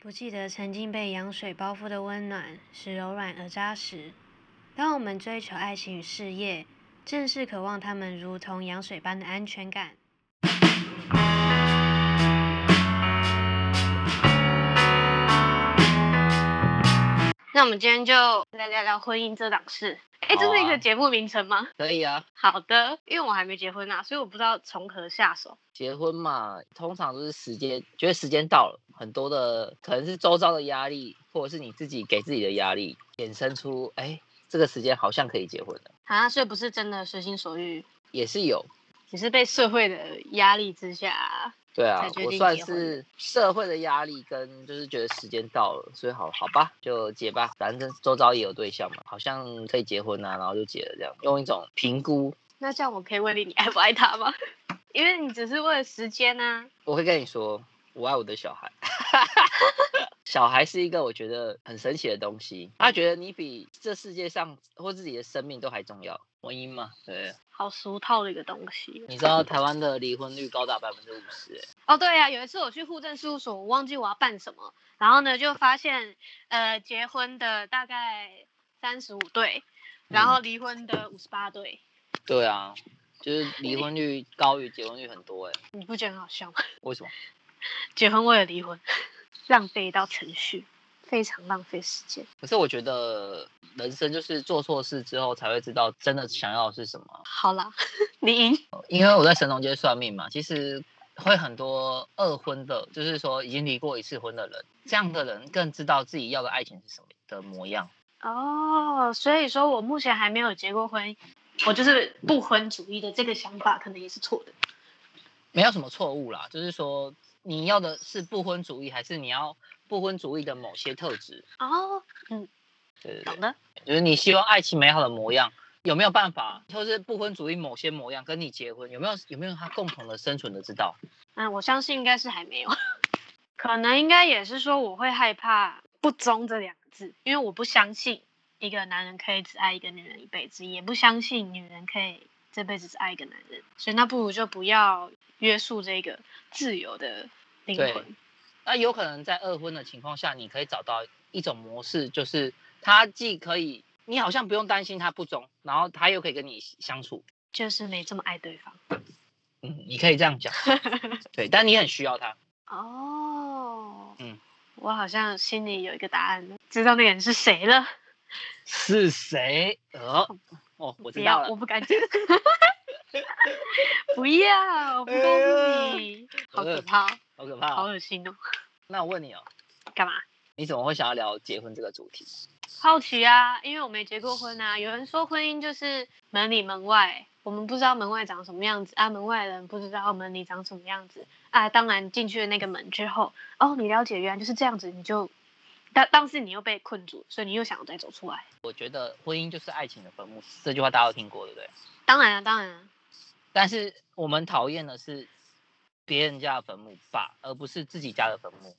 不记得曾经被羊水包覆的温暖是柔软而扎实。当我们追求爱情与事业，正是渴望他们如同羊水般的安全感。那我们今天就来聊聊婚姻这档事。哎，这好是一啊个节目名称吗？ 可以啊，好的，因为我还没结婚啊，所以我不知道从何下手。结婚嘛，通常都是时间，觉得时间到了，很多的可能是周遭的压力，或者是你自己给自己的压力，衍生出哎，这个时间好像可以结婚了，啊，所以不是真的随心所欲，也是有。只是被社会的压力之下。对啊才决，我定算结婚是社会的压力跟就是觉得时间到了，所以好好吧，就结吧，反正周遭也有对象嘛，好像可以结婚啊，然后就结了这样，用一种评估。那这样我可以问你，你爱不爱他吗？ 因为你只是为了时间啊。我会跟你说，我爱我的小孩。 小孩是一个我觉得很神奇的东西，他觉得你比这世界上或自己的生命都还重要。婚姻嘛，对，好俗套的一个东西你知道台湾的离婚率高达百分之五十，欸哦，对呀、啊，有一次我去户政事务所，我忘记我要办什么，然后呢就发现，呃，结婚的大概三十五对，然嗯后离婚的五十八对，对啊，就是离婚率高于结婚率很多哎、欸你不觉得很好笑吗？ 为什么？结婚为了离婚， 浪费一道程序，非常浪费时间。可是我觉得人生就是做错事之后才会知道真的想要的是什么。好啦， 你赢。因为我在神农街算命嘛，其实会很多二婚的，就是说已经离过一次婚的人，这样的人更知道自己要的爱情是什么的模样。哦，所以说我目前还没有结过婚，我就是不婚主义的这个想法可能也是错的。没有什么错误啦，就是说你要的是不婚主义，还是你要不婚主义的某些特质？哦，对对对懂了。就是你希望爱情美好的模样。有没有办法，或是不婚主义某些模样跟你结婚，有没有有没有他共同的生存的之道？嗯，我相信应该是还没有， 可能应该也是说我会害怕“不忠”这两个字，因为我不相信一个男人可以只爱一个女人一辈子，也不相信女人可以这辈子只爱一个男人，所以那不如就不要约束这个自由的灵对魂。那有可能在二婚的情况下，你可以找到一种模式，就是他既可以，你好像不用担心他不忠，然后他又可以跟你相处。就是没这么爱对方。嗯，你可以这 样讲，对，但你很需要他。哦，嗯，我好像心里有一个答案了，知道那个人是谁了。是谁？呃，哦，我不知道要，了我。不敢讲。 不要，我不告诉你，好可怕哦， 好可怕好哦、恶心哦！那我问你哦，干嘛？你怎么会想要聊结婚这个主题？好奇啊，因为我没结过婚啊。有人说婚姻就是门里门外，我们不知道门外长什么样子啊，门外人不知道门里长什么样子啊。当然进去的那个门之后，哦，你了解原来就是这样子，你就但但是你又被困住，所以你又想要再走出来。我觉得婚姻就是爱情的坟墓，这句话大家都听过，对不对？当然啊，当然啊，但是我们讨厌的是别人家的坟墓吧，而不是自己家的坟墓。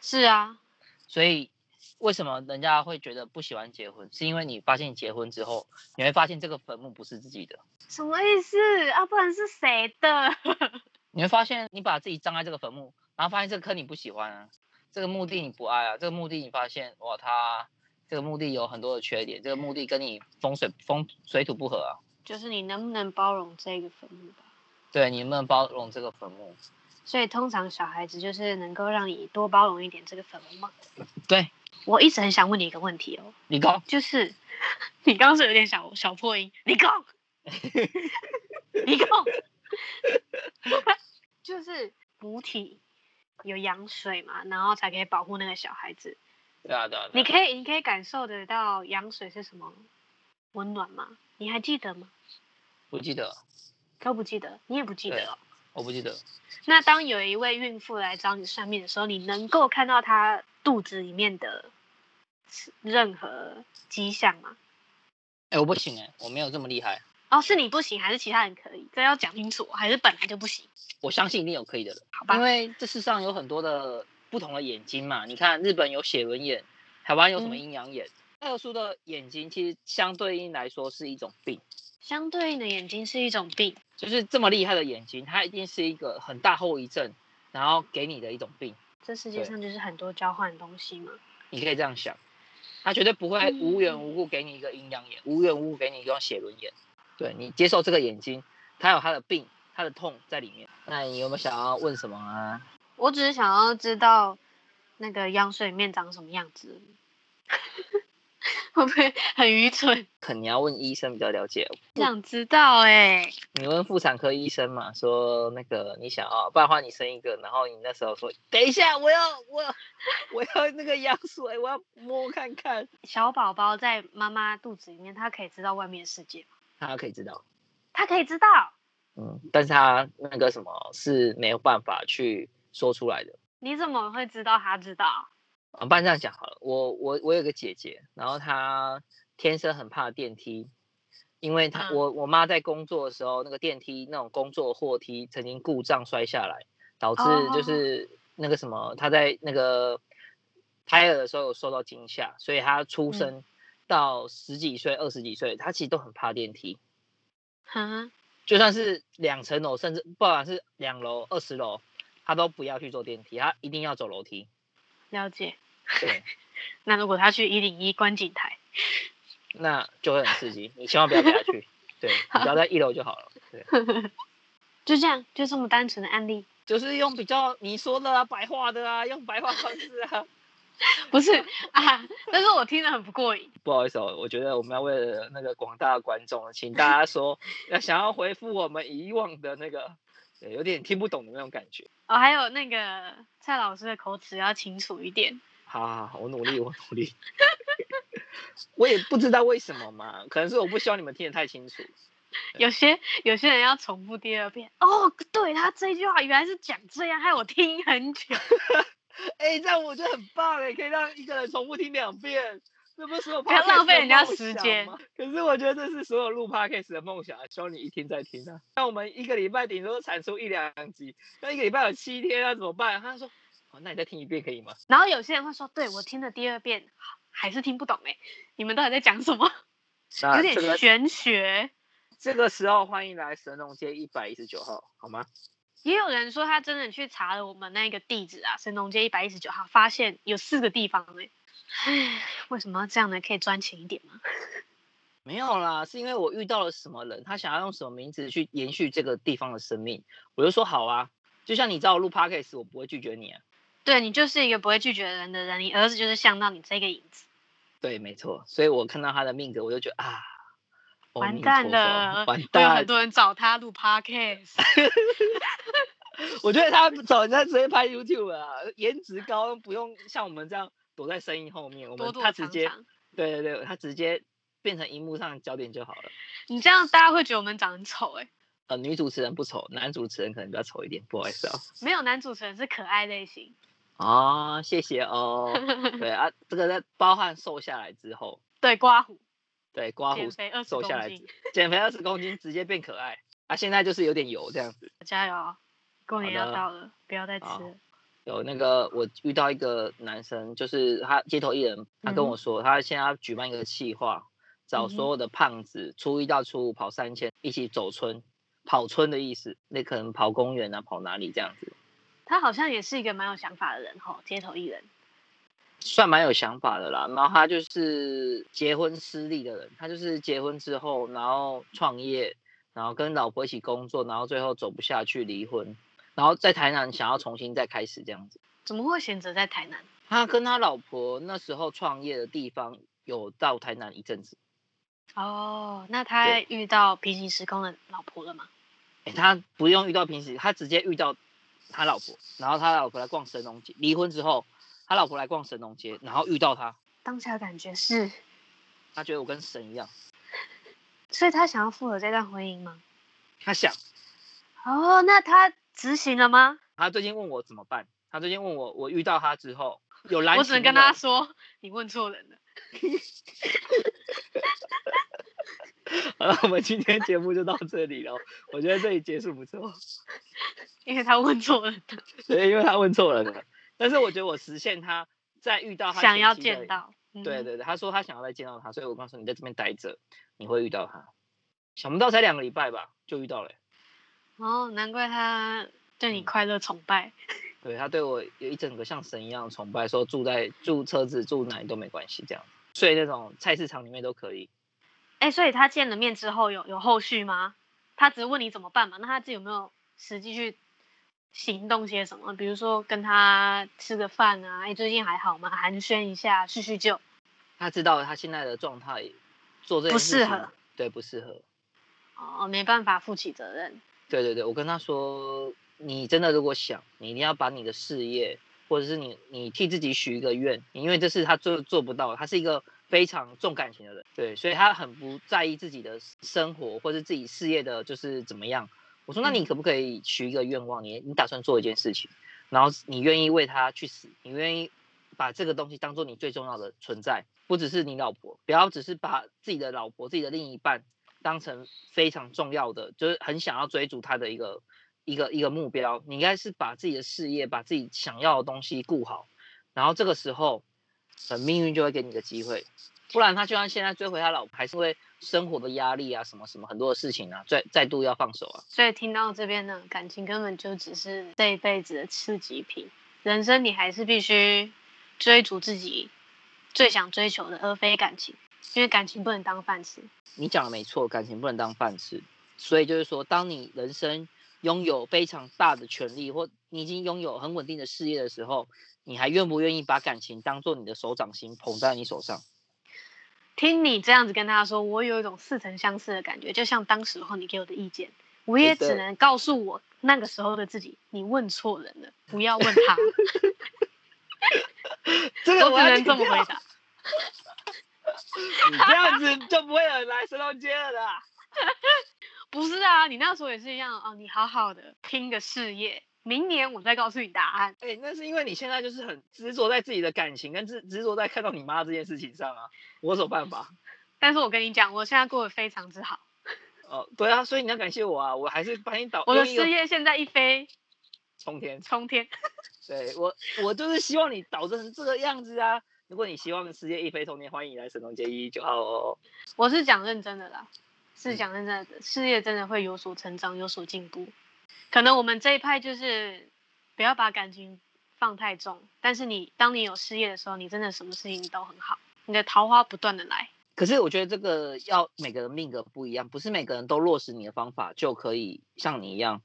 是啊，所以为什么人家会觉得不喜欢结婚，是因为你发现你结婚之后，你会发现这个坟墓不是自己的，什么意思啊？不然是谁的？ 你会发现你把自己葬在这个坟墓，然后发现这个坑你不喜欢啊，这个墓地你不爱啊，这个墓地你发现哇，它这个墓地有很多的缺点，这个墓地跟你风水风水土不合啊，就是你能不能包容这个坟墓吧？对，你能不能包容这个坟墓？所以通常小孩子就是能够让你多包容一点这个坟墓嘛。对，我一直很想问你一个问题哦，你高，就是 你刚刚是有点小小破音，你够，你 够，就是母体有羊水嘛，然后才可以保护那个小孩子。对啊对啊，对啊你可以，你可以感受得到羊水是什么温暖吗？你还记得吗？不记得，都不记得，你也不记对得、哦。我不记得，那当有一位孕妇来找你算命的时候，你能够看到她肚子里面的任何迹象吗？哎，我不行哎，我没有这么厉害，哦，是你不行，还是其他人可以？这要讲清楚，还是本来就不行？我相信一定有可以的人。好吧因，为这世上有很多的不同的眼睛嘛，你看日本有写轮眼，台湾有什么嗯阴阳眼，特殊的眼睛其实相对应来说是一种病，相对应的眼睛是一种病，就是这么厉害的眼睛，它一定是一个很大后遗症，然后给你的一种病。这世界对上就是很多交换的东西嘛。你可以这样想，他绝对不会嗯无缘无故给你一个阴阳眼，无缘无故给你一双写轮眼。对你接受这个眼睛，它有它的病，它的痛在里面。那你有没有想要问什么啊？我只是想要知道那个羊水面长什么样子， 会不会很愚蠢？可能你要问医生比较了解。哦想知道哎、你问妇产科医生嘛，说那个你想要，不然的话你生一个，然后你那时候说，等一下我要我要我要那个羊水，我要摸看看，小宝宝在妈妈肚子里面，他可以知道外面的世界吗？他可以知道。他可以知道。嗯，但是他那个什么是没有办法去说出来的。你怎么会知道他知道？啊，不然这样讲好了，我我我有个姐姐，然后她天生很怕电梯，因为她、嗯我我妈在工作的时候，那个电梯那种工作货梯曾经故障摔下来，导致哦就是那个什么，她在那个胎儿的时候有受到惊吓，所以她出嗯生到十几岁、二十几岁，她其实都很怕电梯，哼，就算是两层楼，甚至不管是两楼、二十楼，她都不要去坐电梯，她一定要走楼梯。了解。对。那如果他去一零一观景台，那就会很刺激。你千万不要给他去，对，你不要在一楼就好了。对，就这样，就这么单纯的案例，就是用比较你说的啊，白话的啊，用白话方式啊。 不是啊？ 但是我听得很不过瘾。不好意思哦，我觉得我们要为了那个广大的观众，请大家说，要想要回复我们以往的那个，对，有点听不懂的那种感觉。哦，还有那个蔡老师的口齿要清楚一点。好好好，我努力，我努力。 我也不知道为什么嘛，可能是我不希望你们听得太清楚。有些有些人要重复第二遍。哦，对他这句话原来是讲这样，害我听很久。哎、这样我觉得很棒哎，可以让一个人重复听两遍，这不是所有不要 podcast 浪费的人家梦时想间吗。可是我觉得这是所有录 podcast 的梦想，啊希望你一听再听啊。那我们一个礼拜顶多产出一两集，那一个礼拜有七天，那怎么办？他说，哦，那你再听一遍可以吗？然后有些人会说，对我听了第二遍还是听不懂哎、你们到底在讲什么？那有啊这点个玄学。这个时候欢迎来神农街一百一十九号，好吗？也有人说他真的去查了我们那个地址啊，神农街一百一十九号，发现有四个地方哎、唉，为什么要这样呢？可以专情一点吗？没有啦，是因为我遇到了什么人，他想要用什么名字去延续这个地方的生命，我就说好啊。就像你找我录 podcast，我不会拒绝你啊。对你就是一个不会拒绝人的人，你儿子就是像到你这个影子。对，没错。所以我看到他的命格，我就觉得啊，阿完弥蛋陀佛了，完会有很蛋。多人找他录 podcast。我觉得他找人家直接拍 YouTube 啊，颜值高，不用像我们这样躲在声音后面。 我们 多多他直常接，常。对对对，他直接变成荧幕上的焦点就好了。你这样大家会觉得我们长得很丑哎、呃，女主持人不丑，男主持人可能比较丑一点，不好意思 啊。没有男主持人是可爱类型， 啊、谢谢哦。对啊，这个在包含瘦下来之后，对刮胡对刮胡减肥二十瘦下来公之斤，，减肥二十公斤直接变可爱啊！现在就是有点油这样子。加油啊！过年好要的到了，不要再吃好了。有那个我遇到一个男生，就是他街头艺人，他跟我说，他现在要举办一个企划，找嗯哼所有的胖子，初一到初五跑三千，一起走村，跑村的意思，那可能跑公园啊，跑哪里这样子，他好像也是一个蛮有想法的人吼，街头艺人。算蛮有想法的啦。然后他就是结婚失利的人，他就是结婚之后，然后创业，然后跟老婆一起工作，然后最后走不下去离婚，然后在台南想要重新再开始这样子。怎么会选择在台南？他跟他老婆那时候创业的地方有到台南一阵子，哦，那他对遇到平行时空的老婆了吗？诶他不用遇到平时，他直接遇到他老婆，然后他老婆来逛神农街，离婚之后，他老婆来逛神农街，然后遇到他，当下的感觉是，他觉得我跟神一样，所以他想要复合这段婚姻吗？他想，哦，那他执行了吗？他最近问我怎么办，他最近问我，我遇到他之后有来，我只能跟他说，你问错人了。好了，我们今天节目就到这里了，我觉得这里结束不错。 因为他问错人了，对，因为他问错人了，但是我觉得我实现他在遇到他想前要妻的见到。嗯，对对对，他说他想要再见到他，所以我告诉你，在这边待着，你会遇到他。想不到才两个礼拜吧，就遇到了欸、哦，难怪他对你嗯快乐崇拜。对他对我有一整个像神一样的崇拜，说住在住车子住哪里都没关系，这样睡那种菜市场里面都可以。哎，所以他见了面之后有有后续吗？他只是问你怎么办嘛，那他自己有没有实际去行动些什么？比如说跟他吃个饭啊，哎，最近还好吗？寒暄一下，叙叙旧。他知道他现在的状态做这件不适事情合，对，不适合。哦，没办法负起责任。对对对，我跟他说，你真的如果想，你一定要把你的事业，或者是你你替自己许一个愿，因为这是他做做不到的，他是一个非常重感情的人，对，所以他很不在意自己的生活或者自己事业的，就是怎么样。我说，那你嗯可不可以许一个愿望？你你打算做一件事情，然后你愿意为他去死，你愿意把这个东西当做你最重要的存在，不只是你老婆，不要只是把自己的老婆、自己的另一半当成非常重要的，就是很想要追逐他的一个一个一个目标。你应该是把自己的事业、把自己想要的东西顾好，然后这个时候，呃，命运就会给你个机会。不然他就算现在追回他老婆，还是因为生活的压力啊，什么什么很多的事情啊，再再度要放手啊。所以听到这边呢，感情根本就只是这一辈子的次级品，人生你还是必须追逐自己最想追求的，而非感情，因为感情不能当饭吃。你讲的没错，感情不能当饭吃。所以就是说，当你人生拥有非常大的权利，或你已经拥有很稳定的事业的时候，你还愿不愿意把感情当做你的手掌心捧在你手上？听你这样子跟他说，我有一种似曾相识的感觉，就像当时候你给我的意见，我也对只能告诉我那个时候的自己，你问错人了，不要问他，这我只能这么回答。答。你这样 子就不会有人来神龙街了啦。不是啊，你那时候也是一样哦，你好好的拼个事业，明年我再告诉你答案。哎、那是因为你现在就是很执着在自己的感情，跟执执着在看到你妈这件事情上啊。我有什么办法？但是我跟你讲，我现在过得非常之好，哦，对啊，所以你要感谢我啊，我还是把你导我的用一个事业现在一飞冲天。冲天。对我，我就是希望你导致成这个样子啊。如果你希望世界一飞冲天，欢迎来神农街一一九号哦。我是讲认真的啦，是嗯讲认真的，事业真的会有所成长，有所进步。可能我们这一派就是不要把感情放太重，但是你当你有事业的时候，你真的什么事情都很好，你的桃花不断的来。可是我觉得这个要每个人命格不一样，不是每个人都落实你的方法就可以像你一样，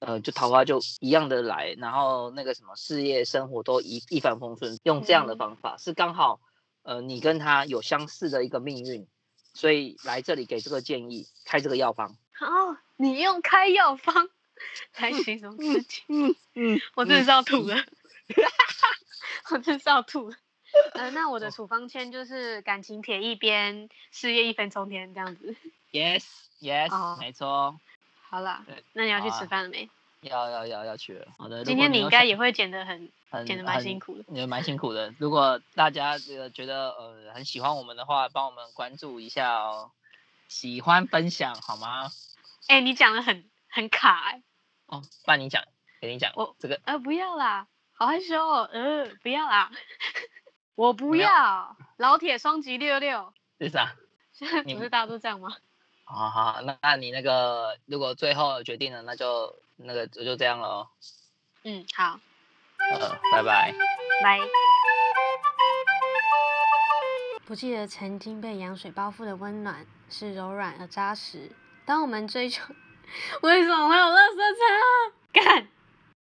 呃，就桃花就一样的来，然后那个什么事业生活都一一帆风顺。用这样的嗯方法、是刚好，呃，你跟他有相似的一个命运，所以来这里给这个建议，开这个药方。哦，你用开药方 来形容自己，嗯嗯， 我真的是要吐了， 我真的是要吐了。呃，那我的处方签就是感情铁一边，事业一飞冲天这样子。 yes yes，、哦没错，好啦对，那你要去好啊吃饭了没？要要要要去了。好呃的，如今果天你有应该想也会剪得很很剪得蛮很辛苦的。也蛮辛苦的。如果大家呃觉得呃很喜欢我们的话，帮我们关注一下哦，喜欢分享好吗？哎、你讲的很很卡哎、哦，不然你讲，给你讲，我这个呃，不要啦，好害羞哦，呃，不要啦， 我不没有要，老铁双击六六，是啥？现在 你不是大家都这样吗？好好，好那那你那个如果最后决定了，那就那个就这样了哦，嗯，好，呃，拜拜。拜。不记得曾经被羊水包覆的温暖是柔 软而扎实。当我们追求，为什么会有垃圾车？干！